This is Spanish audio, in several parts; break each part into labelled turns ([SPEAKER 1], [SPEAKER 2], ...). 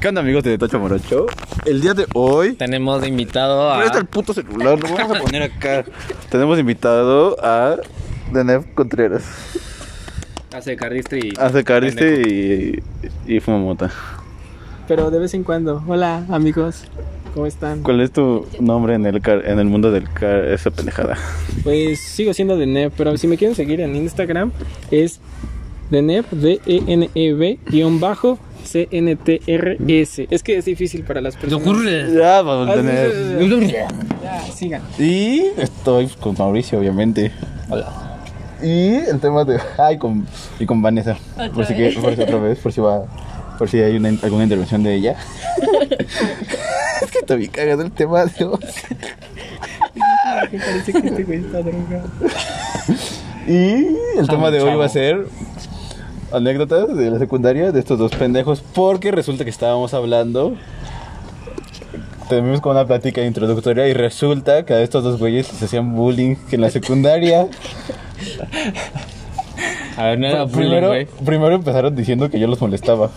[SPEAKER 1] ¿Qué onda amigos de Tocho Morocho? El día de hoy
[SPEAKER 2] Tenemos de invitado a.
[SPEAKER 1] Presta el puto celular, lo vamos a poner Ah. acá Tenemos invitado a Denef Contreras
[SPEAKER 2] A Secardista y.
[SPEAKER 1] A Zacariste y, y Fumamota
[SPEAKER 3] Pero de vez en cuando. Hola, amigos. ¿Cómo están?
[SPEAKER 1] ¿Cuál es tu nombre en el car- en el mundo del car esa pendejada?
[SPEAKER 3] Pues sigo siendo Deneb, pero si me quieren seguir en Instagram es Deneb, E D-E-N-E-B, guión bajo, C-N-T-R-S. Es que es difícil para las personas.
[SPEAKER 1] Ya, pues, vamos a
[SPEAKER 3] Ah, sí,
[SPEAKER 1] tener
[SPEAKER 3] sí, sí, sí. Ya, sigan.
[SPEAKER 1] Y estoy con Mauricio, obviamente
[SPEAKER 2] Hola.
[SPEAKER 1] Y el tema de... Ay, con, y con Vanessa por si, que, por si otra vez, por si va... Por si hay una, alguna intervención de ella Es que estoy bien cagado el tema de hoy
[SPEAKER 3] Que parece que este güey está drogado.
[SPEAKER 1] Y el tema de hoy
[SPEAKER 2] chavo.
[SPEAKER 1] va a ser anécdotas de la secundaria de estos dos pendejos, porque resulta que estábamos hablando. Terminamos con una plática introductoria y resulta que a estos dos güeyes les hacían bullying en la secundaria.
[SPEAKER 2] A ver, no era
[SPEAKER 1] Pr-
[SPEAKER 2] bullying,
[SPEAKER 1] primero,
[SPEAKER 2] güey.
[SPEAKER 1] primero empezaron diciendo que yo los molestaba.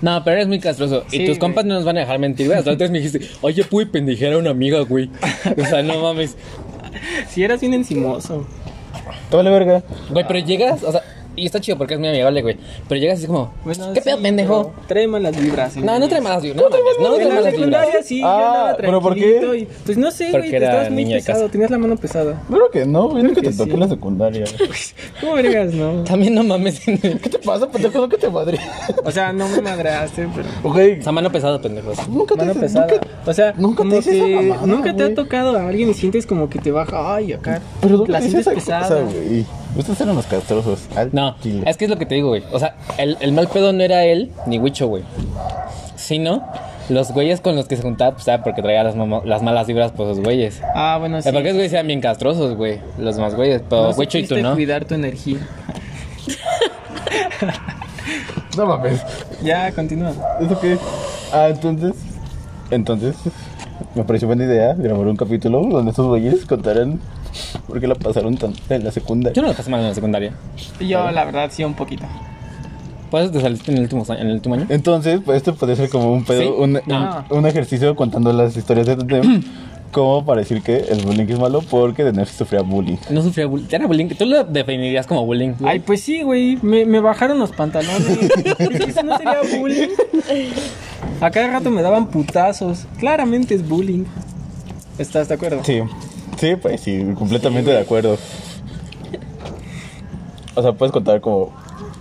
[SPEAKER 2] No, pero eres muy castroso.
[SPEAKER 3] Sí,
[SPEAKER 2] y tus
[SPEAKER 3] güey.
[SPEAKER 2] compas no nos van a dejar mentir, güey. Hasta antes me dijiste, oye, pude pendejear a una amiga, güey. O sea, no mames.
[SPEAKER 3] Si eras bien encimoso.
[SPEAKER 1] Te vale verga.
[SPEAKER 2] Güey, pero llegas, o sea, y está chido porque es muy amigable, güey. Pero llegas así como,
[SPEAKER 3] Bueno,
[SPEAKER 2] ¿qué pedo,
[SPEAKER 3] sí,
[SPEAKER 2] pendejo?
[SPEAKER 3] pero Trae malas vibras.
[SPEAKER 2] No, no trae más, güey. No, mames, no trae
[SPEAKER 3] En la
[SPEAKER 2] malas vibras.
[SPEAKER 3] secundaria sí, yo
[SPEAKER 1] Ah,
[SPEAKER 3] andaba
[SPEAKER 1] ¿pero por qué?
[SPEAKER 3] tranquilito y- pues no sé,
[SPEAKER 2] Porque
[SPEAKER 3] güey, te
[SPEAKER 2] era
[SPEAKER 3] estabas muy
[SPEAKER 2] niño de
[SPEAKER 3] pesado,
[SPEAKER 2] casa.
[SPEAKER 3] tenías la mano pesada.
[SPEAKER 1] Claro que no, viene que te
[SPEAKER 3] que
[SPEAKER 1] toqué
[SPEAKER 3] sí.
[SPEAKER 1] la secundaria.
[SPEAKER 3] ¿Cómo vergas, no?
[SPEAKER 2] También no mames. O
[SPEAKER 1] ¿Qué te pasa, pendejo? ¿Qué te madre?
[SPEAKER 3] O sea, no me madraste, pero...
[SPEAKER 1] Ok,
[SPEAKER 2] sea, mano pesada, pendejos.
[SPEAKER 1] nunca te
[SPEAKER 3] Mano
[SPEAKER 1] hice-
[SPEAKER 3] pesada.
[SPEAKER 1] nunca-
[SPEAKER 3] o sea,
[SPEAKER 1] nunca te
[SPEAKER 3] como
[SPEAKER 1] hice
[SPEAKER 3] que
[SPEAKER 1] esa mamada,
[SPEAKER 3] nunca te
[SPEAKER 1] güey.
[SPEAKER 3] ha tocado a alguien y sientes como que te baja, ay, acá.
[SPEAKER 1] Pero nunca
[SPEAKER 3] la
[SPEAKER 1] te hice
[SPEAKER 3] sientes
[SPEAKER 1] esa
[SPEAKER 3] pesada.
[SPEAKER 1] cosa, güey. Ustedes eran los castrosos. al
[SPEAKER 2] No,
[SPEAKER 1] chile.
[SPEAKER 2] es que es lo que te digo, güey. O sea, el, el mal pedo no era él ni Huicho, güey. Sino los güeyes con los que se juntaba, pues, ¿sabes? Porque traía las, mamo- las malas vibras por esos güeyes.
[SPEAKER 3] Ah, bueno, sí.
[SPEAKER 2] Porque esos güeyes eran bien castrosos, güey. Los más güeyes. Pero
[SPEAKER 3] No
[SPEAKER 2] Huicho y tú,
[SPEAKER 3] supiste
[SPEAKER 2] Oh, ¿no?
[SPEAKER 3] cuidar tu energía.
[SPEAKER 1] No mames.
[SPEAKER 3] Ya, continúa.
[SPEAKER 1] ¿Eso qué? Ah, entonces. Entonces. Me pareció buena idea grabar un capítulo donde estos güeyes contaran por qué la pasaron tan en la secundaria.
[SPEAKER 2] Yo no lo pasé mal en la secundaria.
[SPEAKER 3] Yo, la verdad, sí, un poquito.
[SPEAKER 2] Por eso te saliste en el último, en el último año.
[SPEAKER 1] Entonces, pues esto puede ser como un pedo,
[SPEAKER 2] Sí.
[SPEAKER 1] un, un-
[SPEAKER 2] No.
[SPEAKER 1] un ejercicio contando las historias de Denef. como para decir que el bullying es malo porque Denef sufría bullying.
[SPEAKER 2] No sufría bullying. Era bullying. Tú lo definirías como bullying. güey?
[SPEAKER 3] Ay, pues sí, güey. Me, me bajaron los pantalones. Pues Eso no sería bullying. A cada rato me daban putazos. Claramente es bullying. ¿Estás de acuerdo?
[SPEAKER 1] Sí, sí, pues sí, completamente de acuerdo. O sea, puedes contar como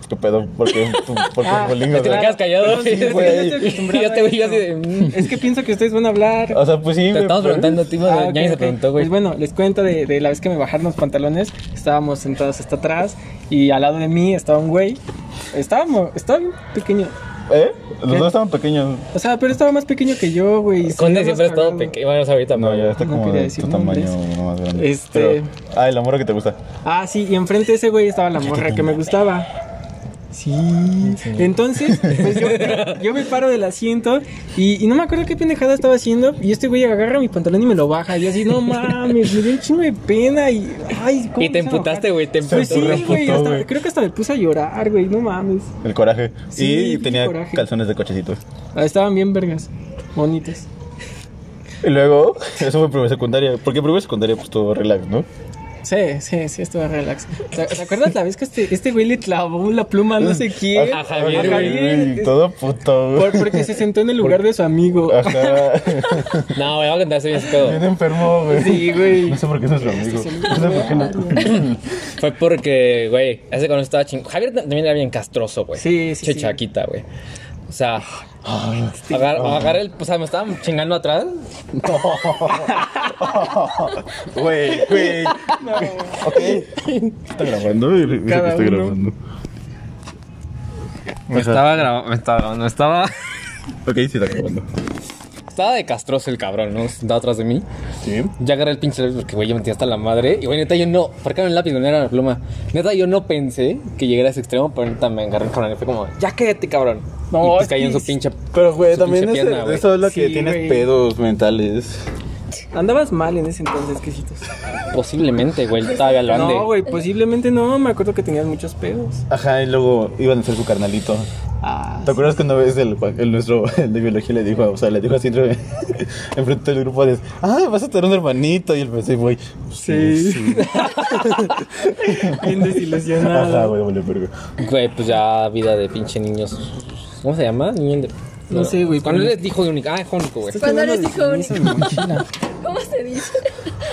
[SPEAKER 1] qué pedo, porque porque
[SPEAKER 3] Ah,
[SPEAKER 1] bullying. o
[SPEAKER 2] Es que te
[SPEAKER 1] sea.
[SPEAKER 2] quedas callado.
[SPEAKER 3] Perdón, sí, es que
[SPEAKER 1] güey.
[SPEAKER 3] yo estoy acostumbrado
[SPEAKER 2] Y yo te voy
[SPEAKER 3] a
[SPEAKER 2] así de, mm.
[SPEAKER 3] esto. Es que pienso que ustedes van a hablar.
[SPEAKER 1] O sea, pues sí.
[SPEAKER 2] Te
[SPEAKER 1] güey,
[SPEAKER 2] estamos
[SPEAKER 1] pero-
[SPEAKER 2] preguntando, tipo,
[SPEAKER 3] Ah,
[SPEAKER 2] ya
[SPEAKER 3] ok,
[SPEAKER 2] ni se
[SPEAKER 3] ok.
[SPEAKER 2] preguntó, güey.
[SPEAKER 3] Pues bueno, les cuento de, de la vez que me bajaron los pantalones. Estábamos sentados hasta atrás y al lado de mí estaba un güey. Estábamos, estaba bien pequeño.
[SPEAKER 1] ¿Eh? Los
[SPEAKER 3] ¿Qué?
[SPEAKER 1] dos estaban pequeños.
[SPEAKER 3] O sea, pero estaba más pequeño que yo, güey.
[SPEAKER 2] Conde
[SPEAKER 3] Sí,
[SPEAKER 2] siempre es
[SPEAKER 3] más
[SPEAKER 2] todo
[SPEAKER 3] cagado.
[SPEAKER 2] pequeño. Bueno, ahorita,
[SPEAKER 1] No,
[SPEAKER 2] pero-
[SPEAKER 1] ya está
[SPEAKER 3] No
[SPEAKER 1] como
[SPEAKER 3] quería
[SPEAKER 1] de
[SPEAKER 3] decir
[SPEAKER 1] tu tamaño
[SPEAKER 3] nombres.
[SPEAKER 1] más grande.
[SPEAKER 3] Este-
[SPEAKER 1] Pero- ah, el amor que te gusta.
[SPEAKER 3] Ah, sí, y enfrente de ese güey estaba la morra que me gustaba. Sí. Entonces, pues yo, yo- yo me paro del asiento y, y no me acuerdo qué pendejada estaba haciendo. Y este güey agarra mi pantalón y me lo baja. Y yo así, no mames, me dio un chingo de pena. Y, ay, ¿cómo
[SPEAKER 2] Y te
[SPEAKER 3] me hizo
[SPEAKER 2] emputaste,
[SPEAKER 3] enojar?
[SPEAKER 2] güey. Te
[SPEAKER 3] Pues sí,
[SPEAKER 2] emputaste.
[SPEAKER 3] güey,
[SPEAKER 1] Emputó,
[SPEAKER 3] hasta-
[SPEAKER 1] güey.
[SPEAKER 3] creo que hasta me puse a llorar, güey, no mames.
[SPEAKER 1] El coraje.
[SPEAKER 3] Sí,
[SPEAKER 1] y tenía
[SPEAKER 3] coraje.
[SPEAKER 1] calzones de cochecito.
[SPEAKER 3] Ah, Estaban bien vergas, bonitas.
[SPEAKER 1] Y luego, eso fue primero secundaria. Porque primero secundaria, pues todo relax, ¿no?
[SPEAKER 3] Sí, sí, sí, estuvo relax. ¿Te, te acuerdas la vez que este, este güey le clavó la pluma a no sé quién?
[SPEAKER 2] A Javier, güey.
[SPEAKER 3] A Javier.
[SPEAKER 1] Y todo Ah. puto, güey.
[SPEAKER 3] Por- porque se sentó en el lugar de su amigo.
[SPEAKER 1] Ajá.
[SPEAKER 2] No, güey, voy a contarse bien ese pedo.
[SPEAKER 1] Bien enfermo, güey.
[SPEAKER 3] Sí, güey.
[SPEAKER 1] No sé por qué es nuestro amigo. No sé por qué no.
[SPEAKER 2] Fue porque, güey, ese cuando estaba ching... Javier ta- también era bien castroso, güey.
[SPEAKER 3] Sí, sí, este
[SPEAKER 2] Che
[SPEAKER 3] sí.
[SPEAKER 2] chaquita, güey. O sea, agar- agarré el... O sea, me estaban chingando atrás.
[SPEAKER 1] Güey, güey. Ok. Está grabando. Dice que
[SPEAKER 3] Cada
[SPEAKER 1] está
[SPEAKER 3] uno.
[SPEAKER 1] grabando.
[SPEAKER 2] Me estaba grabando, me estaba grabando, estaba...
[SPEAKER 1] Ok, sí está grabando.
[SPEAKER 2] Estaba de castroso el cabrón, ¿no? Estaba atrás de mí.
[SPEAKER 1] Sí.
[SPEAKER 2] Ya agarré el pinche lápiz porque, güey, yo metí hasta la madre. Y, güey, neta, yo no... ¿Por qué era el lápiz? No era la pluma. Neta, yo no pensé que llegara a ese extremo, pero neta me agarré el cabrón y fue como... ¡Ya cállate, cabrón!
[SPEAKER 3] No,
[SPEAKER 2] y pues
[SPEAKER 3] es
[SPEAKER 2] caí en
[SPEAKER 3] que-
[SPEAKER 2] su pinche...
[SPEAKER 1] Pero, güey,
[SPEAKER 2] su
[SPEAKER 1] también
[SPEAKER 2] pinche
[SPEAKER 1] es-
[SPEAKER 2] pierna, güey.
[SPEAKER 1] eso es lo que
[SPEAKER 3] Sí,
[SPEAKER 1] tienes
[SPEAKER 3] güey.
[SPEAKER 1] pedos mentales.
[SPEAKER 3] Andabas mal en ese entonces, quesitos.
[SPEAKER 2] Posiblemente, güey, todavía lo ande.
[SPEAKER 3] No, güey, posiblemente no. Me acuerdo que tenías muchos pedos.
[SPEAKER 1] Ajá, y luego iban a ser su carnalito.
[SPEAKER 3] Ah,
[SPEAKER 1] ¿Te acuerdas cuando ves el, el nuestro el de biología le dijo, o sea, le dijo así entre- enfrente del grupo de, ah, vas a tener un hermanito y el PC güey.
[SPEAKER 3] Sí. bien
[SPEAKER 1] Ajá,
[SPEAKER 3] desilusionado.
[SPEAKER 1] güey, vale, verga.
[SPEAKER 2] Güey, pues ya vida de pinche niños. ¿Cómo se llama? Niño de...
[SPEAKER 3] No sé, güey,
[SPEAKER 2] Cuando
[SPEAKER 3] pero-
[SPEAKER 2] les dijo de única. Ah, Jónico, güey.
[SPEAKER 3] Estás
[SPEAKER 4] Cuando
[SPEAKER 3] hablando
[SPEAKER 4] eres
[SPEAKER 3] de
[SPEAKER 4] hijo
[SPEAKER 3] permiso en mi mochila.
[SPEAKER 4] ¿Cómo se dice?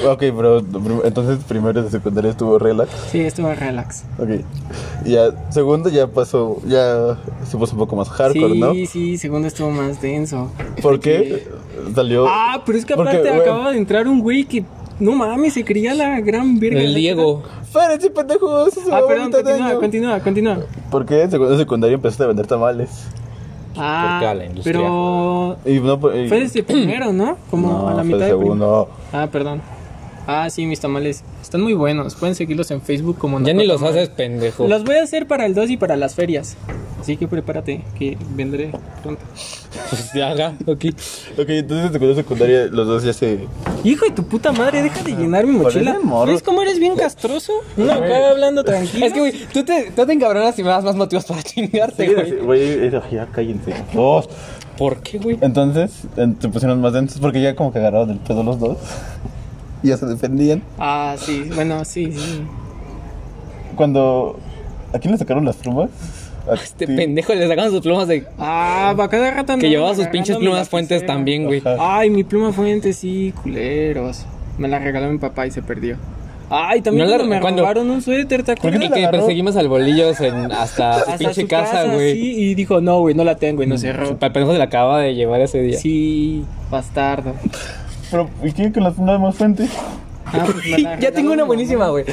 [SPEAKER 1] Ok, pero prim- entonces primero de secundaria estuvo relax.
[SPEAKER 3] Sí, estuvo relax.
[SPEAKER 1] Ok. Y ya, segundo ya pasó, ya se puso un poco más hardcore,
[SPEAKER 3] sí,
[SPEAKER 1] ¿no?
[SPEAKER 3] sí, segundo estuvo más denso.
[SPEAKER 1] ¿Por qué? Salió.
[SPEAKER 3] Ah, pero es que
[SPEAKER 1] Porque,
[SPEAKER 3] aparte
[SPEAKER 1] güey,
[SPEAKER 3] acaba de entrar un güey que no mames, se creía la gran verga.
[SPEAKER 2] El Diego.
[SPEAKER 1] ¡Espérense, pendejos! se
[SPEAKER 3] Ah,
[SPEAKER 1] va
[SPEAKER 3] perdón,
[SPEAKER 1] ahorita de
[SPEAKER 3] continúa,
[SPEAKER 1] año".
[SPEAKER 3] continúa, continúa.
[SPEAKER 1] ¿Por qué? En segundo de secundaria empezaste a vender tamales.
[SPEAKER 3] Ah,
[SPEAKER 2] a la industria.
[SPEAKER 3] pero
[SPEAKER 1] Y no, pues, y-
[SPEAKER 3] fue desde primero, ¿no? Como
[SPEAKER 1] no,
[SPEAKER 3] a la
[SPEAKER 1] fue
[SPEAKER 3] mitad
[SPEAKER 1] de
[SPEAKER 3] de primero.
[SPEAKER 1] segundo.
[SPEAKER 3] Ah, perdón. Ah, sí, mis tamales están muy buenos. Pueden seguirlos en Facebook como
[SPEAKER 2] Ya ni los
[SPEAKER 3] Nacotamales.
[SPEAKER 2] haces, pendejo.
[SPEAKER 3] Los voy a hacer para el 2 y para las ferias. Así que prepárate, que vendré pronto.
[SPEAKER 2] Pues ya, ya, ok.
[SPEAKER 1] Ok, entonces en segundo de secundaria los dos ya se.
[SPEAKER 3] Hijo de tu puta madre, deja de llenar mi
[SPEAKER 1] Parece
[SPEAKER 3] mochila.
[SPEAKER 1] morro.
[SPEAKER 3] ¿Ves cómo eres bien castroso? No, acá hablando tranquilo.
[SPEAKER 2] Es que, güey, tú te, tú te encabronas y me das más motivos para chingarte,
[SPEAKER 1] Sí,
[SPEAKER 2] güey.
[SPEAKER 1] sí, Güey, era- ya cállense. Dos.
[SPEAKER 2] ¿Por qué, güey?
[SPEAKER 1] Entonces en- se pusieron más densos porque ya como que agarraron el pedo los dos. Y ya se defendían.
[SPEAKER 3] Ah, sí, bueno, sí, sí.
[SPEAKER 1] Cuando. ¿A quién le sacaron las plumas? A
[SPEAKER 2] Este
[SPEAKER 1] ti.
[SPEAKER 2] pendejo le sacaban sus plumas de.
[SPEAKER 3] Ah, va cada rato
[SPEAKER 2] Que
[SPEAKER 3] andaba
[SPEAKER 2] llevaba sus
[SPEAKER 3] agarrando
[SPEAKER 2] pinches
[SPEAKER 3] mi
[SPEAKER 2] plumas fuentes
[SPEAKER 3] lapicera.
[SPEAKER 2] también, güey.
[SPEAKER 1] Ajá.
[SPEAKER 3] Ay, mi pluma fuente, sí, culeros. Me la regaló mi papá y se perdió. Ay, también
[SPEAKER 2] No la-
[SPEAKER 3] cuando me
[SPEAKER 2] cuando-
[SPEAKER 3] robaron un suéter, ¿te
[SPEAKER 1] ¿Por qué
[SPEAKER 3] acuerdas?
[SPEAKER 1] no
[SPEAKER 2] Y
[SPEAKER 1] la
[SPEAKER 2] que
[SPEAKER 1] agarró?
[SPEAKER 2] perseguimos al bolillos en, hasta su
[SPEAKER 3] Hasta
[SPEAKER 2] pinche
[SPEAKER 3] su
[SPEAKER 2] casa, güey. Mm,
[SPEAKER 3] sí, y dijo, no, güey, no la tengo y no cerró.
[SPEAKER 2] Para El pendejo se la acaba de llevar ese día.
[SPEAKER 3] Sí, bastardo.
[SPEAKER 1] Pero, ¿y qué con las plumas más fuentes?
[SPEAKER 3] Ah, pues me la
[SPEAKER 2] ya
[SPEAKER 3] regaló
[SPEAKER 2] tengo una
[SPEAKER 3] mi
[SPEAKER 2] buenísima,
[SPEAKER 3] mamá.
[SPEAKER 2] güey.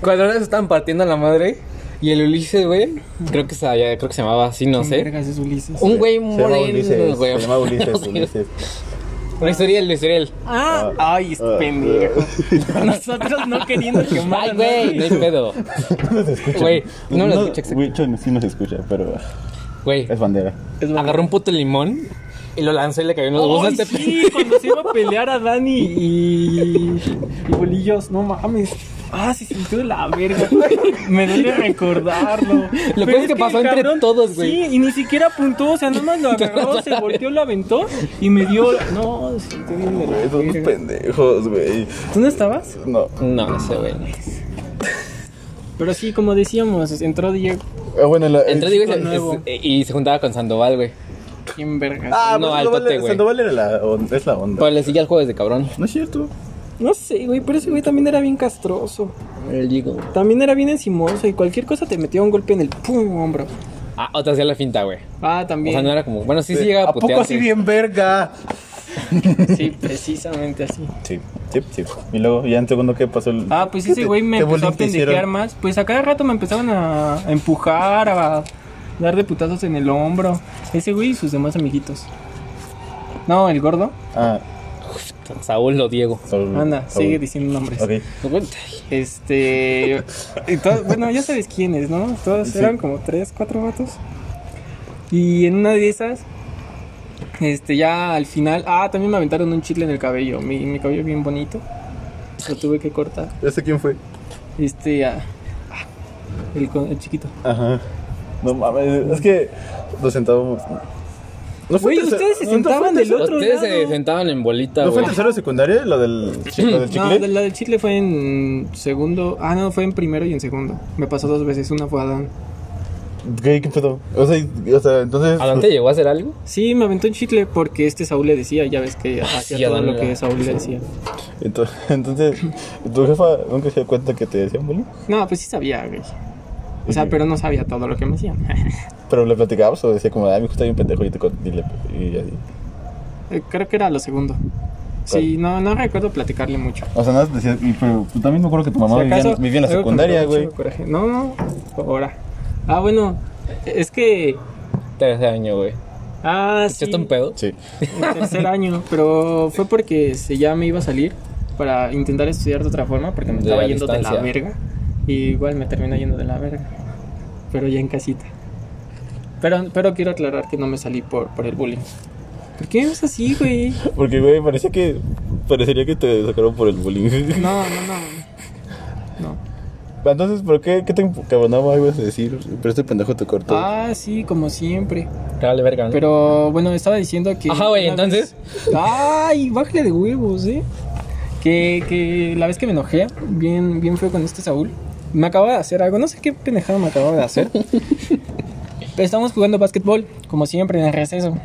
[SPEAKER 2] Cuando ahora se estaban partiendo la madre y el Ulises, güey, creo que se, había- creo que se llamaba así, no sé. Oh.
[SPEAKER 3] Vergas es Ulises.
[SPEAKER 2] Un güey
[SPEAKER 1] Se llama
[SPEAKER 2] moreno,
[SPEAKER 1] Ulises.
[SPEAKER 2] güey.
[SPEAKER 1] Se llama Ulises, Ulises.
[SPEAKER 2] Luis Uriel, Luis Uriel.
[SPEAKER 3] Ah, ay, este
[SPEAKER 1] ah,
[SPEAKER 3] pendejo. Nosotros no queriendo quemar.
[SPEAKER 2] Ay,
[SPEAKER 3] a
[SPEAKER 2] güey,
[SPEAKER 3] nadie.
[SPEAKER 2] no hay pedo.
[SPEAKER 1] No se escucha.
[SPEAKER 2] Güey, no lo escucha, exacto.
[SPEAKER 1] Güey, Chon sí nos escucha, pero
[SPEAKER 2] Güey,
[SPEAKER 1] es bandera.
[SPEAKER 3] Es bueno.
[SPEAKER 2] agarró un puto limón y lo lanzó y le cayó en los huevos a
[SPEAKER 3] Ay,
[SPEAKER 2] este
[SPEAKER 3] sí, cuando se iba a pelear a Dani y, y bolillos, no mames. Ah, se sintió la verga. Me duele recordarlo. Pero
[SPEAKER 2] peor es que pasó
[SPEAKER 3] el
[SPEAKER 2] entre todos, güey.
[SPEAKER 3] Sí, y ni siquiera apuntó, o sea, nada más lo agarró, se volteó, lo aventó y me dio. No, se sintió bien de la
[SPEAKER 1] Güey, son unos
[SPEAKER 3] verga.
[SPEAKER 1] pendejos, güey.
[SPEAKER 3] ¿Dónde estabas?
[SPEAKER 1] No.
[SPEAKER 2] No, no sé, güey.
[SPEAKER 3] Pero sí, como decíamos, entró Diego.
[SPEAKER 1] Ah, bueno, la,
[SPEAKER 2] Entró
[SPEAKER 1] eh,
[SPEAKER 2] digo, y se-
[SPEAKER 3] Chico nuevo.
[SPEAKER 2] es- y se juntaba con Sandoval, güey.
[SPEAKER 3] ¿Quién verga?
[SPEAKER 1] Ah,
[SPEAKER 2] no,
[SPEAKER 1] no,
[SPEAKER 2] al
[SPEAKER 1] Sandoval,
[SPEAKER 2] tote, güey.
[SPEAKER 1] Sandoval era la, on- es la onda.
[SPEAKER 2] Pero le sigue al jueves de cabrón.
[SPEAKER 1] No es cierto.
[SPEAKER 3] No sé, güey, pero ese güey también era bien castroso.
[SPEAKER 2] El digo.
[SPEAKER 3] También era bien encimoso y cualquier cosa te metía un golpe en el pum, hombro.
[SPEAKER 2] Ah, otra hacía la finta, güey.
[SPEAKER 3] Ah,
[SPEAKER 2] O
[SPEAKER 3] también.
[SPEAKER 2] sea, no era como. Bueno, sí, sí llegaba a
[SPEAKER 1] Eh, ¿A poco
[SPEAKER 2] putearse.
[SPEAKER 1] así bien verga?
[SPEAKER 3] Sí, precisamente así.
[SPEAKER 1] Sí, sí, sí. Y luego, ya en segundo, ¿qué pasó? El-
[SPEAKER 3] Ah, pues
[SPEAKER 1] ¿Qué
[SPEAKER 3] ese
[SPEAKER 1] te-
[SPEAKER 3] güey me
[SPEAKER 1] qué
[SPEAKER 3] empezó a
[SPEAKER 1] bullying te hicieron?
[SPEAKER 3] pendejear más. Pues a cada rato me empezaban a a empujar, a dar de putazos en el hombro. Ese güey y sus demás amiguitos. No, el gordo.
[SPEAKER 1] Ah,
[SPEAKER 2] Saúl o Diego.
[SPEAKER 1] Saúl.
[SPEAKER 3] Anda,
[SPEAKER 1] Saúl.
[SPEAKER 3] sigue diciendo nombres.
[SPEAKER 1] Ah, Ok.
[SPEAKER 3] Este. y to- bueno, ya sabes quiénes, ¿no? Todos
[SPEAKER 1] Sí.
[SPEAKER 3] eran como tres, cuatro vatos. Y en una de esas. Este, ya al final. Ah, también me aventaron un chicle en el cabello. Mi, mi cabello bien bonito. Lo tuve que cortar.
[SPEAKER 1] ¿Ese quién fue?
[SPEAKER 3] Este, ya. ah, el, con- el chiquito.
[SPEAKER 1] Ajá. No mames, es que nos sentábamos. No
[SPEAKER 3] Güey,
[SPEAKER 1] en tercer-
[SPEAKER 3] ustedes se
[SPEAKER 1] no, no fue en
[SPEAKER 3] sentaban del
[SPEAKER 1] tercer-
[SPEAKER 3] otro
[SPEAKER 2] Ustedes se
[SPEAKER 3] lado.
[SPEAKER 2] sentaban en bolita,
[SPEAKER 1] ¿No fue
[SPEAKER 2] güey.
[SPEAKER 1] en tercero de secundaria lo del, chi- lo del
[SPEAKER 3] No,
[SPEAKER 1] chicle?
[SPEAKER 3] la, la del chicle fue en segundo. Ah, no, fue en primero y en segundo. Me pasó dos veces. Una fue Adán.
[SPEAKER 1] Güey, ¿Qué pedo? O sea, y- o sea, entonces.
[SPEAKER 2] ¿Adán te llegó a hacer algo?
[SPEAKER 3] Sí, me aventó un chicle porque este Saúl le decía. Ya ves
[SPEAKER 1] Ah,
[SPEAKER 3] que hacía
[SPEAKER 2] sí,
[SPEAKER 3] todo
[SPEAKER 2] Adán
[SPEAKER 3] lo
[SPEAKER 2] era-
[SPEAKER 3] que Saúl le decía.
[SPEAKER 1] Ento- Entonces, tu jefa nunca se dio cuenta que te decían bullying.
[SPEAKER 3] No, pues sí sabía, güey. O sea,
[SPEAKER 1] Ok.
[SPEAKER 3] pero no sabía todo lo que me hacían.
[SPEAKER 1] Pero le platicabas o decía como, ay, mi hijo está bien pendejo y te con- y le- y así.
[SPEAKER 3] Eh, Creo que era lo segundo. Sí, no, no recuerdo platicarle mucho.
[SPEAKER 1] O sea, nada, más decía, y- pero tú también me acuerdo que tu mamá
[SPEAKER 3] Si
[SPEAKER 1] vivía,
[SPEAKER 3] acaso,
[SPEAKER 1] en- vivía en la
[SPEAKER 3] algo que me
[SPEAKER 1] secundaria,
[SPEAKER 3] da mucho
[SPEAKER 1] güey.
[SPEAKER 3] coraje. No, no, ahora. Ah, bueno, es que...
[SPEAKER 2] Tercer año, güey.
[SPEAKER 3] Ah, sí,
[SPEAKER 2] ¿Echaste un pedo?
[SPEAKER 1] Sí.
[SPEAKER 3] en tercer año, pero fue porque este, ya me iba a salir para intentar estudiar de otra forma, porque me
[SPEAKER 2] De
[SPEAKER 3] estaba
[SPEAKER 2] la
[SPEAKER 3] yendo de la
[SPEAKER 2] distancia.
[SPEAKER 3] verga. Y igual me terminó yendo de la verga, pero ya en casita. Pero, pero quiero aclarar que no me salí por, por el bullying. ¿Por qué es así, güey?
[SPEAKER 1] Porque, güey, parecía que. Parecería que te sacaron por el bullying.
[SPEAKER 3] No, no, no. No.
[SPEAKER 1] Entonces, ¿por qué, qué te encabronaba? Ibas a decir, pero este pendejo te cortó.
[SPEAKER 3] Ah, sí, como siempre.
[SPEAKER 2] Te vale verga, ¿no?
[SPEAKER 3] Pero bueno, estaba diciendo que.
[SPEAKER 2] Ajá, güey,
[SPEAKER 3] una
[SPEAKER 2] entonces.
[SPEAKER 3] vez- Ay, bájale de huevos, ¿eh? Que, que la vez que me enojé, bien, bien feo con este Saúl, me acababa de hacer algo, no sé qué pendejada me acababa de hacer. Pero estábamos jugando básquetbol, como siempre, en el receso.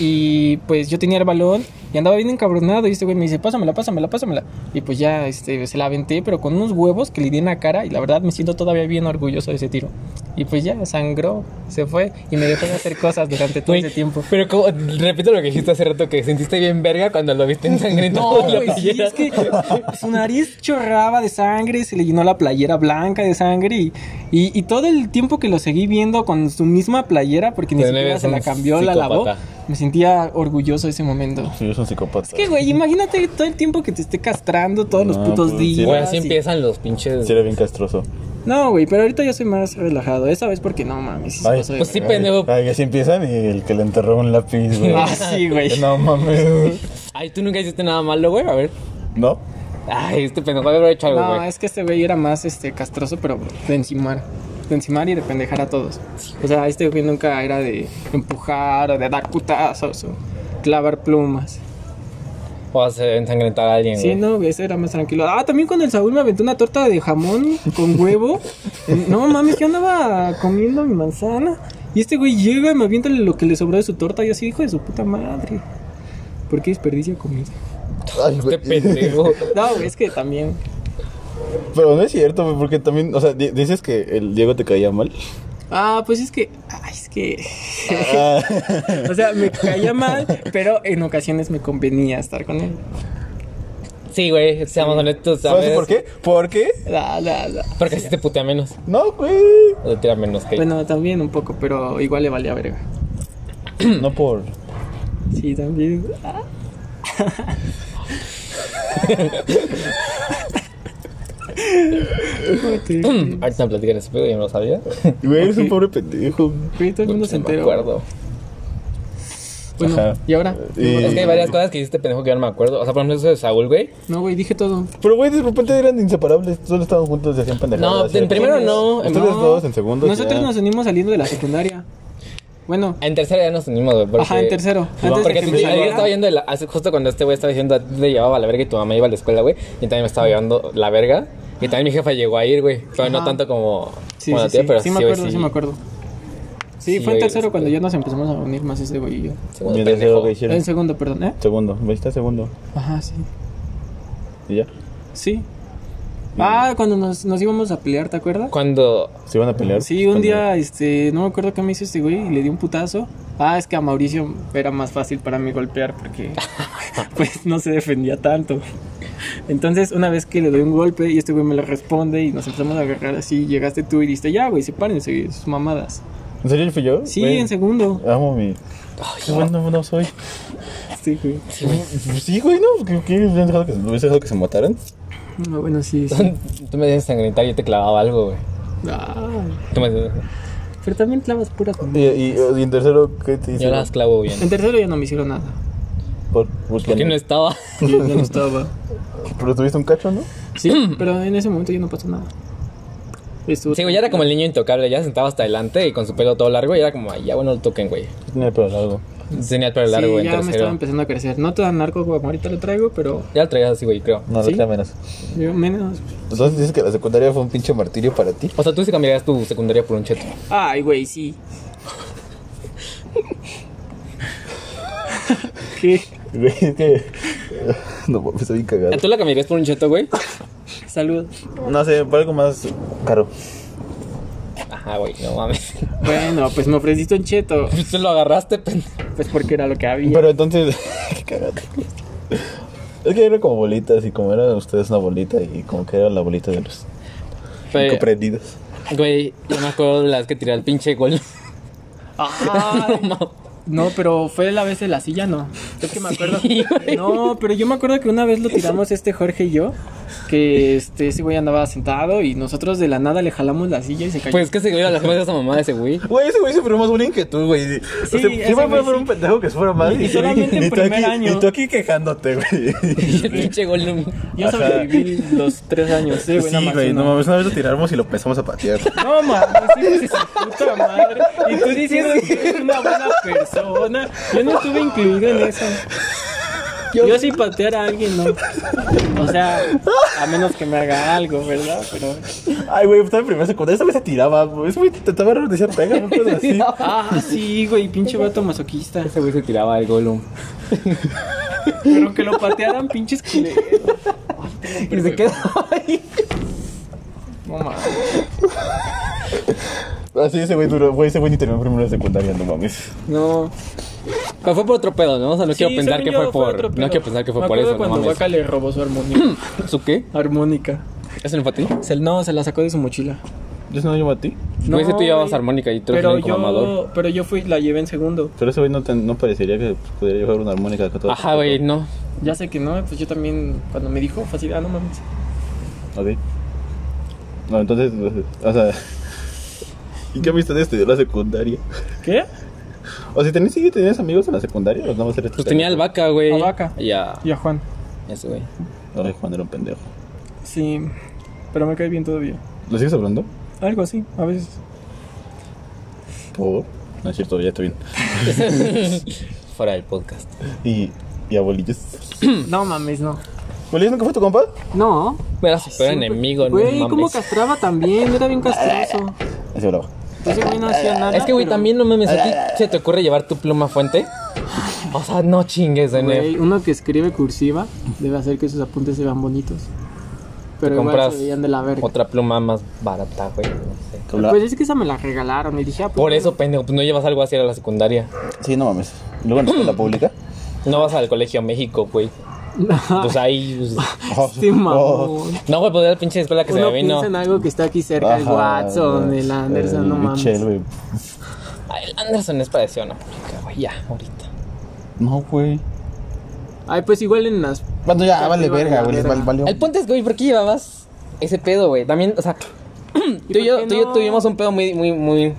[SPEAKER 3] Y pues yo tenía el balón y andaba bien encabronado. Y este güey me dice, pásamela, pásamela, pásamela. Y pues ya este, se la aventé, pero con unos huevos que le di en la cara. Y la verdad me siento todavía bien orgulloso de ese tiro. Y pues ya sangró, se fue y me dejó de hacer cosas durante todo
[SPEAKER 2] Güey,
[SPEAKER 3] ese tiempo.
[SPEAKER 2] Pero como, repito lo que dijiste hace rato, que sentiste bien verga cuando lo viste ensangrentado
[SPEAKER 3] No,
[SPEAKER 2] en la
[SPEAKER 3] güey, sí,
[SPEAKER 2] playera.
[SPEAKER 3] es que su nariz chorraba de sangre, se le llenó la playera blanca de sangre y, y- y todo el tiempo que lo seguí viendo con su misma playera, porque ni
[SPEAKER 2] Pero
[SPEAKER 3] siquiera
[SPEAKER 2] eres
[SPEAKER 3] se la
[SPEAKER 2] un
[SPEAKER 3] cambió, la lavó,
[SPEAKER 2] psicópata.
[SPEAKER 3] me sentía orgulloso de ese momento.
[SPEAKER 1] Sí, es un psicópata.
[SPEAKER 3] Es que, güey, imagínate todo el tiempo que te esté castrando todos los
[SPEAKER 1] No,
[SPEAKER 3] putos
[SPEAKER 1] pues, sí,
[SPEAKER 3] días.
[SPEAKER 2] Güey, así
[SPEAKER 3] y-
[SPEAKER 2] empiezan los pinches.
[SPEAKER 1] Sí, era bien castroso.
[SPEAKER 3] No, güey, pero ahorita yo soy más relajado. Esa vez porque no mames. sí se
[SPEAKER 1] Ay,
[SPEAKER 3] pasó de
[SPEAKER 2] Pues sí,
[SPEAKER 3] verga.
[SPEAKER 2] pendejo.
[SPEAKER 1] Ay, así empiezan y el que le enterró un lápiz, güey.
[SPEAKER 3] Ah, sí, güey.
[SPEAKER 1] No mames.
[SPEAKER 2] Ay, tú nunca hiciste nada malo, güey. A ver.
[SPEAKER 1] ¿No?
[SPEAKER 2] Ay, este pendejo debe haber hecho algo,
[SPEAKER 3] No,
[SPEAKER 2] güey.
[SPEAKER 3] es que este güey era más este castroso, pero de encimar. De encimar y de pendejar a todos. O sea, este güey nunca era de empujar o de dar putazos o clavar plumas.
[SPEAKER 2] O hacer ensangrentar a alguien,
[SPEAKER 3] Sí,
[SPEAKER 2] güey.
[SPEAKER 3] no, ese era más tranquilo. Ah, también cuando el Saúl me aventó una torta de jamón con huevo. Eh, No mames, yo andaba comiendo mi manzana. Y este güey llega y me avienta lo que le sobró de su torta. Y así, hijo de su puta madre. ¿Por qué desperdicio de comida?
[SPEAKER 1] Ay,
[SPEAKER 2] Este pendejo.
[SPEAKER 3] No, güey, es que también.
[SPEAKER 1] Pero no es cierto, güey, porque también, o sea, di- dices que el Diego te caía mal.
[SPEAKER 3] Ah, pues es que. Ay, es que.
[SPEAKER 1] Ah,
[SPEAKER 3] O sea, me caía mal, pero en ocasiones me convenía estar con él.
[SPEAKER 2] Sí, güey, seamos honestos,
[SPEAKER 1] ¿Sabes
[SPEAKER 2] ¿sabes?
[SPEAKER 1] por qué? ¿Por qué?
[SPEAKER 3] La, la, la.
[SPEAKER 2] Porque así te putea menos.
[SPEAKER 1] No, güey.
[SPEAKER 2] O te tira menos que
[SPEAKER 3] Bueno, también un poco, pero igual le valía verga.
[SPEAKER 1] No por.
[SPEAKER 3] Sí, también. Ah, Joder, güey,
[SPEAKER 2] Ahorita me platican ese pedo, yo no lo sabía.
[SPEAKER 1] Güey, eres un pobre pendejo.
[SPEAKER 3] todo el mundo pues se
[SPEAKER 2] No me
[SPEAKER 3] enteró.
[SPEAKER 2] acuerdo.
[SPEAKER 3] Bueno,
[SPEAKER 1] Ajá.
[SPEAKER 3] ¿y ahora?
[SPEAKER 1] Y-
[SPEAKER 2] Es que hay varias cosas que hiciste pendejo que yo no me acuerdo. O sea, por ejemplo, eso de Saúl, güey.
[SPEAKER 3] No, güey, dije todo.
[SPEAKER 1] Pero, güey, de repente eran inseparables. Solo estaban juntos y hacían pendejadas.
[SPEAKER 2] No, en
[SPEAKER 1] ¿cierto?
[SPEAKER 2] primero no. en-
[SPEAKER 1] Ustedes dos, en segundo. ya.
[SPEAKER 3] Nosotros nos unimos saliendo de la secundaria. Bueno,
[SPEAKER 2] En tercero ya nos unimos, güey. porque-
[SPEAKER 3] Ajá, en tercero. Antes de
[SPEAKER 2] porque
[SPEAKER 3] que
[SPEAKER 2] tu-
[SPEAKER 3] me
[SPEAKER 2] yo
[SPEAKER 3] llegara.
[SPEAKER 2] estaba yendo, de la- hace- justo cuando este güey estaba diciendo, a ti te llevaba a la verga y tu mamá iba a la escuela, güey. Y también me estaba llevando la verga. Y también mi jefa llegó a ir, güey. Pero no
[SPEAKER 3] Ajá.
[SPEAKER 2] tanto como.
[SPEAKER 3] sí,
[SPEAKER 2] bueno, a
[SPEAKER 3] sí,
[SPEAKER 2] ti,
[SPEAKER 3] sí.
[SPEAKER 2] pero
[SPEAKER 3] sí, me
[SPEAKER 2] güey,
[SPEAKER 3] acuerdo, sí. me acuerdo. Sí,
[SPEAKER 2] Sí,
[SPEAKER 3] fue en
[SPEAKER 2] güey,
[SPEAKER 3] tercero
[SPEAKER 2] sí.
[SPEAKER 3] cuando ya nos empezamos a unir más ese güey y yo.
[SPEAKER 2] Segundo
[SPEAKER 1] Y en
[SPEAKER 2] pendejo.
[SPEAKER 1] tercero, ¿qué hicieron?
[SPEAKER 3] En segundo, perdón, ¿eh?
[SPEAKER 1] Segundo, ahí está segundo.
[SPEAKER 3] Ajá, sí.
[SPEAKER 1] Y ya.
[SPEAKER 3] Sí. Ah, cuando nos, nos íbamos a pelear, ¿te acuerdas?
[SPEAKER 2] Cuando.
[SPEAKER 1] Se iban a pelear.
[SPEAKER 3] Sí, un día, este, no me acuerdo qué me hizo este güey y le di un putazo. Ah, es que a Mauricio era más fácil para mí golpear porque, pues, no se defendía tanto. Entonces, una vez que le doy un golpe y este güey me lo responde y nos empezamos a agarrar así, llegaste tú y dijiste, ya, güey, sepárense, sus mamadas.
[SPEAKER 1] ¿En serio fui yo?
[SPEAKER 3] Sí,
[SPEAKER 1] Güey,
[SPEAKER 3] en segundo.
[SPEAKER 1] Amo mi. Qué bueno no soy.
[SPEAKER 3] Sí, este güey.
[SPEAKER 1] Sí, güey, no. ¿Qué, qué? ¿Hubieras dejado que, ¿Hubieras dejado que se mataran?
[SPEAKER 3] Ah, bueno, sí, sí.
[SPEAKER 2] Tú me dices sangrentar, yo te clavaba algo, güey.
[SPEAKER 3] Ah,
[SPEAKER 2] Tú me-
[SPEAKER 3] pero también clavas puras
[SPEAKER 1] Y,
[SPEAKER 3] mamadas.
[SPEAKER 1] y, y en tercero, ¿qué te
[SPEAKER 2] Yo
[SPEAKER 1] hicieron?
[SPEAKER 2] las clavo bien.
[SPEAKER 3] En tercero ya no me hicieron nada.
[SPEAKER 1] Por, por
[SPEAKER 2] ¿Por qué no estaba?
[SPEAKER 3] Yo ya no estaba.
[SPEAKER 1] Pero tuviste un cacho, ¿no?
[SPEAKER 3] Sí, pero en ese momento ya no pasó nada. Estuvo
[SPEAKER 2] Sí, güey, ya era como el niño intocable, ya sentaba hasta adelante y con su pelo todo largo y era como, ay, ya bueno, no lo toquen, güey.
[SPEAKER 1] Yo Tenía el pelo largo.
[SPEAKER 2] Tenía el pelo largo,
[SPEAKER 3] Sí,
[SPEAKER 2] güey,
[SPEAKER 3] ya
[SPEAKER 2] en
[SPEAKER 3] me estaba
[SPEAKER 2] tercero.
[SPEAKER 3] empezando a crecer. No tan narco como ahorita lo traigo, pero
[SPEAKER 2] Ya lo traías así, güey, creo.
[SPEAKER 1] No,
[SPEAKER 3] ¿Sí?
[SPEAKER 1] no te amenas.
[SPEAKER 3] yo menos.
[SPEAKER 1] Entonces dices que la secundaria fue un pinche martirio para ti.
[SPEAKER 2] O sea, tú sí cambiarías tu secundaria por un cheto.
[SPEAKER 3] Ay, güey, sí. ¿Qué?
[SPEAKER 1] Güey, es que. No, me estoy bien cagado.
[SPEAKER 2] ¿Tú la cambiarías por un cheto, güey?
[SPEAKER 3] Salud.
[SPEAKER 1] No sé, por algo más caro.
[SPEAKER 2] Ajá, güey, no mames.
[SPEAKER 3] Bueno, pues me ofreciste un cheto.
[SPEAKER 2] Tú lo agarraste, pendejo.
[SPEAKER 3] Pues porque era lo que había.
[SPEAKER 1] Pero entonces. Qué cagado. Es que era como bolitas y como eran ustedes una bolita y como que era la bolita de los
[SPEAKER 2] Pero,
[SPEAKER 1] incomprendidos.
[SPEAKER 2] Güey, yo me acuerdo de las que tiré al pinche gol.
[SPEAKER 3] Ay,
[SPEAKER 2] No mames.
[SPEAKER 3] No, pero fue la vez de la silla, no. Es que me acuerdo. No, pero yo me acuerdo que una vez lo tiramos este Jorge y yo. Que este, ese güey andaba sentado y nosotros de la nada le jalamos la silla y se cayó.
[SPEAKER 2] Pues es que se güey, las cosas de esa mamá de ese güey.
[SPEAKER 1] Güey, ese güey se fue más bullying que tú, güey.
[SPEAKER 3] Sí,
[SPEAKER 1] Sí, ¿Qué
[SPEAKER 3] ese
[SPEAKER 1] me
[SPEAKER 3] güey
[SPEAKER 1] fue por
[SPEAKER 3] sí.
[SPEAKER 1] un pendejo que se fuera más?
[SPEAKER 3] Y solamente en
[SPEAKER 1] tú
[SPEAKER 3] primer
[SPEAKER 1] aquí-
[SPEAKER 3] año.
[SPEAKER 1] Y tú aquí quejándote, güey.
[SPEAKER 2] El pinche Gollum.
[SPEAKER 3] yo
[SPEAKER 1] ajá.
[SPEAKER 3] sobreviví los tres años, eh, güey. nada
[SPEAKER 1] Sí,
[SPEAKER 3] más
[SPEAKER 1] güey,
[SPEAKER 3] uno.
[SPEAKER 1] no mames, una vez lo tiramos y lo empezamos a patear.
[SPEAKER 3] No mames, hijos de su puta madre. Y tú diciendo que eres una buena persona. Yo no estuve incluido en eso. Yo, sí patear a alguien, no. O sea, a menos que me haga algo, ¿verdad? Pero.
[SPEAKER 1] Ay, güey, estaba en primera secundaria, esa vez se tiraba, güey. Ese güey intentaba decía, pega, no puedo así.
[SPEAKER 3] Ah, sí, güey, pinche vato masoquista.
[SPEAKER 2] Ese güey se tiraba al Gollum.
[SPEAKER 3] Pero que lo patearan, pinches culeros.
[SPEAKER 2] Y se quedó ahí.
[SPEAKER 3] No mames.
[SPEAKER 1] Así ese güey duró, güey, ese güey ni terminó primero de secundaria, no mames.
[SPEAKER 3] No.
[SPEAKER 2] Pero fue por otro pedo, ¿no? O sea, no quiero
[SPEAKER 3] Sí,
[SPEAKER 2] pensar
[SPEAKER 3] según
[SPEAKER 2] que
[SPEAKER 3] yo
[SPEAKER 2] fue por.
[SPEAKER 3] otro
[SPEAKER 2] no
[SPEAKER 3] pedo.
[SPEAKER 2] quiero pensar que fue
[SPEAKER 3] Me
[SPEAKER 2] por
[SPEAKER 3] acuerdo
[SPEAKER 2] eso, no
[SPEAKER 3] cuando
[SPEAKER 2] mames.
[SPEAKER 3] Vaca le robó su armónica.
[SPEAKER 2] ¿Su qué?
[SPEAKER 3] armónica.
[SPEAKER 2] ¿Eso no fue a ti?
[SPEAKER 3] Se- no, se la sacó de su mochila.
[SPEAKER 1] Yo no llevo a ti.
[SPEAKER 2] No, ese tú llevabas
[SPEAKER 3] güey.
[SPEAKER 2] armónica y tú eres el
[SPEAKER 3] Pero
[SPEAKER 2] único mamador.
[SPEAKER 3] yo, pero yo fui, la llevé en segundo.
[SPEAKER 1] Pero ese güey no, te- no parecería que pudiera llevar una armónica acá todo.
[SPEAKER 2] Ajá, güey, no.
[SPEAKER 3] Ya sé que no, pues yo también, cuando me dijo, fue así, ah, no mames.
[SPEAKER 1] Ok. No, entonces, pues, o sea. ¿Y qué amistad estudió la secundaria?
[SPEAKER 3] ¿Qué?
[SPEAKER 1] O sea, ¿tenías, sí, tenías amigos en la secundaria? ¿O no más eres
[SPEAKER 2] Pues tenía al vaca, güey.
[SPEAKER 3] Al Vaca.
[SPEAKER 2] Ya.
[SPEAKER 3] Y a Juan.
[SPEAKER 2] Ese güey.
[SPEAKER 1] Ay, Juan era un pendejo.
[SPEAKER 3] Sí, pero me cae bien todavía.
[SPEAKER 1] ¿Lo sigues hablando?
[SPEAKER 3] Algo así, a veces.
[SPEAKER 1] Por favor. No es cierto, ya está bien.
[SPEAKER 2] Fuera del podcast.
[SPEAKER 1] ¿Y, y a Bolillos?
[SPEAKER 3] No mames, no.
[SPEAKER 1] ¿Bolillos nunca fue tu compa?
[SPEAKER 3] No.
[SPEAKER 2] Era súper enemigo, no
[SPEAKER 3] Güey,
[SPEAKER 2] mames.
[SPEAKER 3] ¿cómo castraba también? Era bien castroso.
[SPEAKER 1] Así hablaba.
[SPEAKER 3] Ese güey no hacía nada.
[SPEAKER 2] Es que, güey,
[SPEAKER 3] pero, Ah,
[SPEAKER 2] también no mames. ¿A ti se te ocurre llevar tu pluma fuente? O sea, no chingues,
[SPEAKER 3] güey,
[SPEAKER 2] Nef.
[SPEAKER 3] uno que escribe cursiva debe hacer que sus apuntes se vean bonitos. Pero igual
[SPEAKER 2] compras
[SPEAKER 3] se veían de la verga.
[SPEAKER 2] Otra pluma más barata, güey. no sé.
[SPEAKER 1] Que hablaba.
[SPEAKER 3] Pues es que esa me la regalaron y dije, ah, pues,
[SPEAKER 2] Por eso, pendejo, pues no llevas algo así a la secundaria.
[SPEAKER 1] Sí, no mames. Y Luego en la escuela pública.
[SPEAKER 2] No vas al colegio México, güey. Pues ahí. pues-
[SPEAKER 3] Este
[SPEAKER 1] Oh.
[SPEAKER 3] ah, mamón.
[SPEAKER 2] No, güey, pues era la pinche escuela que se
[SPEAKER 3] Uno
[SPEAKER 2] me vino.
[SPEAKER 3] piensa en algo que está aquí cerca, el
[SPEAKER 1] Ajá,
[SPEAKER 3] Watson,
[SPEAKER 1] güey.
[SPEAKER 3] el Anderson,
[SPEAKER 1] El
[SPEAKER 3] no mames.
[SPEAKER 1] Michel, güey.
[SPEAKER 2] Ah, el Anderson es parecido a una pública, güey. Ya, ahorita.
[SPEAKER 1] No, güey.
[SPEAKER 3] Ay, pues igual en las...
[SPEAKER 1] Bueno, ya,
[SPEAKER 3] Ya
[SPEAKER 1] vale
[SPEAKER 3] te vale
[SPEAKER 1] verga, güey.
[SPEAKER 3] verga.
[SPEAKER 1] Vale, vale.
[SPEAKER 2] El punto es, güey, ¿por qué llevabas ese pedo, güey? También, o sea, tú
[SPEAKER 3] por
[SPEAKER 2] y, yo,
[SPEAKER 3] qué
[SPEAKER 2] tú y yo
[SPEAKER 3] no?
[SPEAKER 2] tuvimos un pedo muy, muy, muy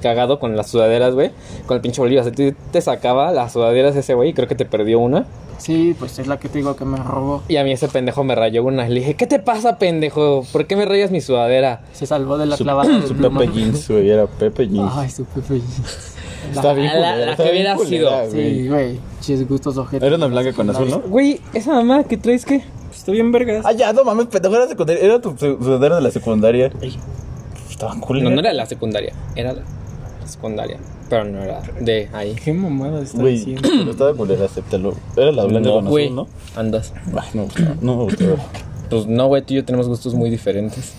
[SPEAKER 2] cagado con las sudaderas, güey. Con el pinche Bolívar. O sea, tú te sacaba las sudaderas ese güey y creo que te perdió una.
[SPEAKER 3] Sí, pues es la que te digo que me robó.
[SPEAKER 2] Y a mí ese pendejo me rayó una. Le dije, ¿qué te pasa, pendejo? ¿Por qué me rayas mi sudadera?
[SPEAKER 3] Se salvó de la
[SPEAKER 1] Su,
[SPEAKER 3] clavada de
[SPEAKER 1] su
[SPEAKER 3] pluma.
[SPEAKER 1] Pepe Jeans, güey. Era Pepe Jeans.
[SPEAKER 3] Ay, su Pepe Jeans.
[SPEAKER 1] Está bien
[SPEAKER 2] La-
[SPEAKER 1] culera,
[SPEAKER 2] la
[SPEAKER 1] está
[SPEAKER 2] que
[SPEAKER 1] bien
[SPEAKER 2] hubiera
[SPEAKER 1] culera,
[SPEAKER 2] sido.
[SPEAKER 1] güey.
[SPEAKER 3] Sí, güey. Chis gustos objetos.
[SPEAKER 1] Era una blanca con azul, ¿no?
[SPEAKER 2] Güey, esa mamá que traes, ¿qué?
[SPEAKER 3] Estoy bien vergas.
[SPEAKER 1] Ah, ya, no mames, pendejo, era secundaria. Era tu su- sudadera de la secundaria. Estaba cool.
[SPEAKER 2] No, no era la secundaria. Era la secundaria. Pero no era de ahí.
[SPEAKER 3] Qué mamada está
[SPEAKER 1] Güey,
[SPEAKER 3] diciendo.
[SPEAKER 1] pero estaba culera, acéptalo. Era la blanca con
[SPEAKER 2] güey.
[SPEAKER 1] azul, ¿no?
[SPEAKER 2] Andas.
[SPEAKER 1] Ay, no, me gustaba, no me gustaba.
[SPEAKER 2] Pues no, güey, tú y yo tenemos gustos muy diferentes.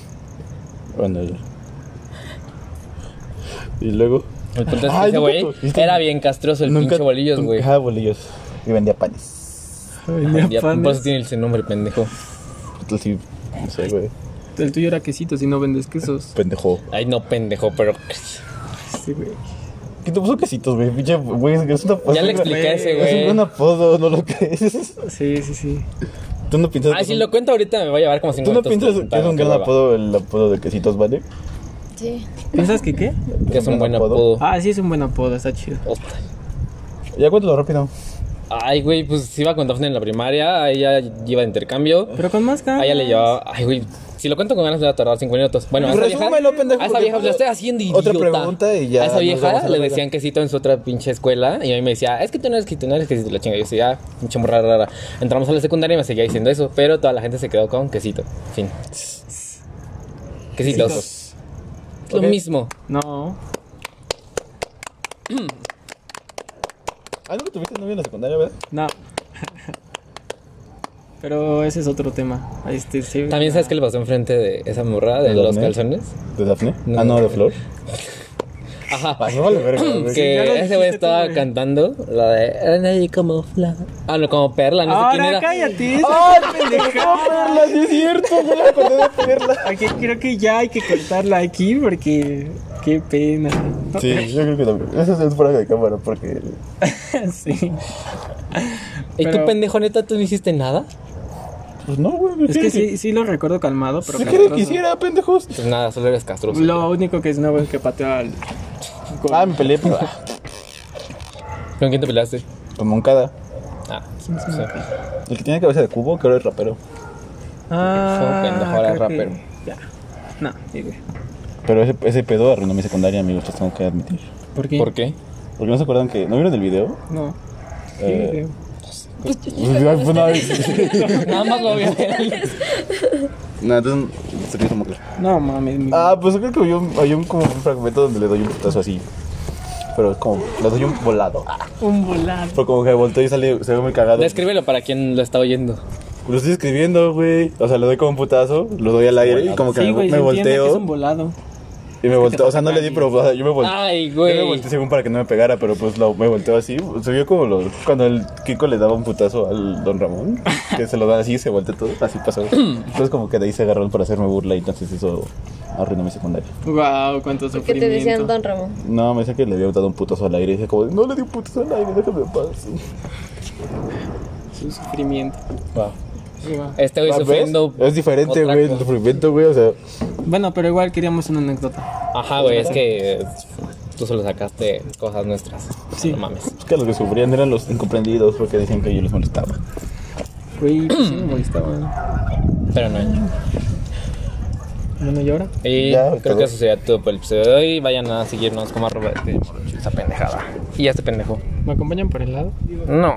[SPEAKER 1] Bueno, ya. Y luego.
[SPEAKER 2] El punto es
[SPEAKER 1] Ay,
[SPEAKER 2] que ese
[SPEAKER 1] nunca
[SPEAKER 2] güey
[SPEAKER 1] tuviste-
[SPEAKER 2] era bien castroso el pinche bolillos, güey.
[SPEAKER 1] Ah, bolillos. Y vendía panes.
[SPEAKER 2] Ya, Por eso tiene ese nombre, pendejo.
[SPEAKER 1] Entonces, sí, no sé, güey.
[SPEAKER 3] El tuyo era quesito, si no vendes quesos.
[SPEAKER 1] Pendejo.
[SPEAKER 2] Ay, no, pendejo, pero.
[SPEAKER 3] Sí, güey.
[SPEAKER 1] ¿Qué te puso quesitos, güey? Pinche, güey, es una
[SPEAKER 2] Ya le expliqué a ese
[SPEAKER 1] Es un
[SPEAKER 2] güey.
[SPEAKER 1] apodo, no lo que es.
[SPEAKER 3] Sí, sí, sí.
[SPEAKER 1] Tú no piensas.
[SPEAKER 2] Ah,
[SPEAKER 1] que
[SPEAKER 2] si
[SPEAKER 1] es
[SPEAKER 2] lo
[SPEAKER 1] un-
[SPEAKER 2] cuento ahorita me va a llevar como 5
[SPEAKER 1] Tú no
[SPEAKER 2] minutos.
[SPEAKER 1] piensas que es
[SPEAKER 2] presentarlo,
[SPEAKER 1] un
[SPEAKER 2] qué
[SPEAKER 1] gran
[SPEAKER 2] hueva.
[SPEAKER 1] apodo el apodo de quesitos, ¿vale?
[SPEAKER 4] Sí.
[SPEAKER 3] ¿Piensas que qué?
[SPEAKER 2] Que es un buen
[SPEAKER 1] gran
[SPEAKER 2] apodo.
[SPEAKER 3] Ah, sí, es un buen apodo, está chido.
[SPEAKER 2] Hostia.
[SPEAKER 1] Ya cuéntalo rápido.
[SPEAKER 2] Ay, güey, pues iba con Daphne en la primaria. a Ella iba de intercambio.
[SPEAKER 3] Pero con más ganas.
[SPEAKER 2] A ella le llevaba. Ay, güey. Si lo cuento con ganas, me va a tardar 5 minutos. Bueno, a esa vieja.
[SPEAKER 1] Resúmelo, pendejo,
[SPEAKER 2] A esa
[SPEAKER 1] porque
[SPEAKER 2] vieja, pues, la estoy haciendo idiota.
[SPEAKER 1] otra pregunta y ya
[SPEAKER 2] A esa
[SPEAKER 1] nos vamos a
[SPEAKER 2] vieja
[SPEAKER 1] la
[SPEAKER 2] le
[SPEAKER 1] verga.
[SPEAKER 2] decían quesito en su otra pinche escuela. Y a mí me decía, es que tú no eres que tú no eres quesito. La chinga. Yo decía, ah, pinche morra rara. Entramos a la secundaria y me seguía diciendo eso. Pero toda la gente se quedó con quesito. Fin. Quesitos. Lo
[SPEAKER 1] Ok.
[SPEAKER 2] mismo.
[SPEAKER 3] No.
[SPEAKER 1] Ah, nunca tuviste novio en la secundaria, ¿verdad?
[SPEAKER 3] No. Pero ese es otro tema. Este, sí,
[SPEAKER 2] También sabes qué le pasó enfrente de esa morra de
[SPEAKER 1] ¿De
[SPEAKER 2] los
[SPEAKER 1] dónde?
[SPEAKER 2] calzones.
[SPEAKER 1] ¿De Dafne?
[SPEAKER 2] No.
[SPEAKER 1] ah, no, de Flor.
[SPEAKER 2] Ajá.
[SPEAKER 1] Ah, no vale verga, güey.
[SPEAKER 2] que
[SPEAKER 3] ya lo
[SPEAKER 2] ese güey
[SPEAKER 3] dijiste tú,
[SPEAKER 2] estaba
[SPEAKER 3] güey.
[SPEAKER 2] cantando la de "Era nadie como Fla". Ah, no, como Perla, no sé quién
[SPEAKER 3] Ahora
[SPEAKER 2] era.
[SPEAKER 3] cállate.
[SPEAKER 1] ¡Ay, pendejo, Perla! Sí es cierto, güey, me acordé de Perla.
[SPEAKER 3] Aquí creo que ya hay que cortarla aquí porque Qué pena.
[SPEAKER 1] Sí, yo creo que también. Eso es fuera de cámara porque.
[SPEAKER 3] sí.
[SPEAKER 2] ¿Y tú,
[SPEAKER 3] Pero-
[SPEAKER 2] pendejo, neta, tú no hiciste nada?
[SPEAKER 1] Pues no, güey.
[SPEAKER 3] Es que sí, sí lo recuerdo calmado, pero
[SPEAKER 1] Si quieren que
[SPEAKER 3] castroso.
[SPEAKER 1] hiciera, pendejos.
[SPEAKER 2] Pues nada, solo eres castroso.
[SPEAKER 3] Lo único que es nuevo es que pateó al. con-
[SPEAKER 1] Ah, me peleé pero, ah,
[SPEAKER 2] ¿Con quién te peleaste?
[SPEAKER 1] con Moncada.
[SPEAKER 2] Ah, o sea,
[SPEAKER 1] El que tiene cabeza de cubo, que ahora es rapero.
[SPEAKER 3] Ah,
[SPEAKER 2] Fue un pendejo, ahora
[SPEAKER 3] creo que-
[SPEAKER 2] rapero.
[SPEAKER 3] Ya. No, ni idea.
[SPEAKER 1] Pero ese, ese pedo arruinó mi secundaria, amigos, los tengo que admitir.
[SPEAKER 3] ¿Por qué?
[SPEAKER 2] ¿Por qué?
[SPEAKER 1] Porque no se acuerdan que. ¿No vieron el video?
[SPEAKER 3] No.
[SPEAKER 1] Eh,
[SPEAKER 3] ¿Qué
[SPEAKER 1] Ay, pues, no, es-
[SPEAKER 2] Nada más lo vio
[SPEAKER 1] no, entonces se quiso moclar.
[SPEAKER 3] No mames. mi-
[SPEAKER 1] Ah, pues yo creo que había un, había un, como un fragmento donde le doy un putazo así. Pero es como, le doy un volado. Ah,
[SPEAKER 3] Un volado.
[SPEAKER 1] Fue como que volteó y sale, se ve muy cagado.
[SPEAKER 2] Descríbelo para quien lo está oyendo.
[SPEAKER 1] Lo estoy escribiendo, güey. O sea, le doy como un putazo, lo doy al aire y como que
[SPEAKER 3] Sí,
[SPEAKER 1] me,
[SPEAKER 3] güey,
[SPEAKER 1] me
[SPEAKER 3] se entiende que es
[SPEAKER 1] volteo.
[SPEAKER 3] un volado.
[SPEAKER 1] Y me volteo, o sea, no le di, pero o sea, yo me volteo.
[SPEAKER 3] Ah,
[SPEAKER 2] Ay,
[SPEAKER 1] Yo Pues, me
[SPEAKER 2] güey.
[SPEAKER 1] volteé según para que no me pegara, pero pues lo, me volteó así. Se vio como lo- cuando el Kiko le daba un putazo al Don Ramón, que se lo da así y se voltea todo. Así pasó. Entonces, como que de ahí se agarró para hacerme burla y entonces eso arruinó mi secundaria.
[SPEAKER 3] Wow, cuánto
[SPEAKER 4] ¿Qué
[SPEAKER 3] sufrimiento.
[SPEAKER 4] te decían Don Ramón?
[SPEAKER 1] No, me decía que le había dado un putazo al aire. Y dije, como, no le di un putazo al aire, déjame en paz.
[SPEAKER 3] Su sufrimiento.
[SPEAKER 1] Va.
[SPEAKER 3] Guau.
[SPEAKER 2] Este güey
[SPEAKER 1] Va, ¿ves? Eh,
[SPEAKER 2] sufriendo.
[SPEAKER 1] Es diferente,
[SPEAKER 2] otra
[SPEAKER 1] güey, el
[SPEAKER 2] cosa.
[SPEAKER 1] sufrimiento, güey. O sea,
[SPEAKER 3] Bueno, pero igual queríamos una anécdota.
[SPEAKER 2] Ajá, güey, es que eh, tú solo sacaste cosas nuestras.
[SPEAKER 3] Sí.
[SPEAKER 2] No mames.
[SPEAKER 1] es que los que sufrían eran los incomprendidos porque decían que yo los molestaba.
[SPEAKER 3] Güey, pues sí me molestaba.
[SPEAKER 2] Pero no.
[SPEAKER 1] Ah,
[SPEAKER 3] Bueno, ¿y ahora?
[SPEAKER 2] Y
[SPEAKER 1] Ya,
[SPEAKER 2] creo
[SPEAKER 1] todo.
[SPEAKER 2] que eso sería todo por el episodio de hoy. Vayan a seguirnos como arroba este morocho, esa pendejada. Y ya este pendejo.
[SPEAKER 3] ¿Me acompañan por el lado?
[SPEAKER 2] No.